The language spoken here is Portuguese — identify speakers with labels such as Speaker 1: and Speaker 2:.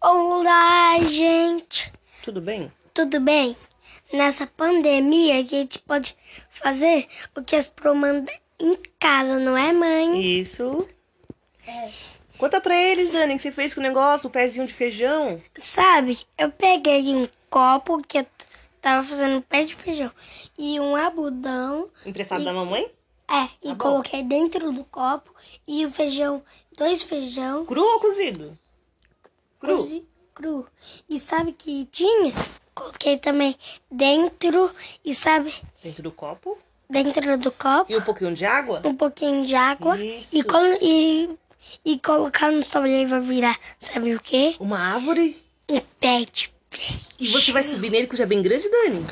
Speaker 1: Olá, gente.
Speaker 2: Tudo bem?
Speaker 1: Tudo bem? Nessa pandemia, a gente pode fazer o que as pro manda em casa, não é, mãe?
Speaker 2: Isso. Conta pra eles, Dani, o que você fez com o negócio, o pezinho de feijão.
Speaker 1: Sabe, eu peguei um copo que eu t- tava fazendo pé de feijão e um algodão,
Speaker 2: Emprestado da mamãe?
Speaker 1: é, e
Speaker 2: Tá bom.
Speaker 1: coloquei dentro do copo e o feijão, dois feijão
Speaker 2: Cru ou cozido? Cru.
Speaker 1: cozi- cru. E sabe que tinha? Coloquei também dentro e sabe,
Speaker 2: Dentro do copo.
Speaker 1: dentro do copo.
Speaker 2: E um pouquinho de água?
Speaker 1: um pouquinho de água
Speaker 2: Isso.
Speaker 1: e, colo- e, e colocar no tabuleiro vai virar, sabe o quê?
Speaker 2: Uma árvore?
Speaker 1: Um pet.
Speaker 2: E você vai subir nele que já é bem grande, Dani?